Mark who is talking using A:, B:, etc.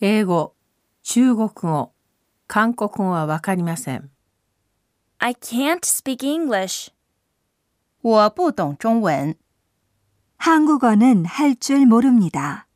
A: 英語、中国語、韓国語はわかりません。
B: I can't speak English.
C: 我不懂中文。
D: 한국어는 할 줄 모릅니다.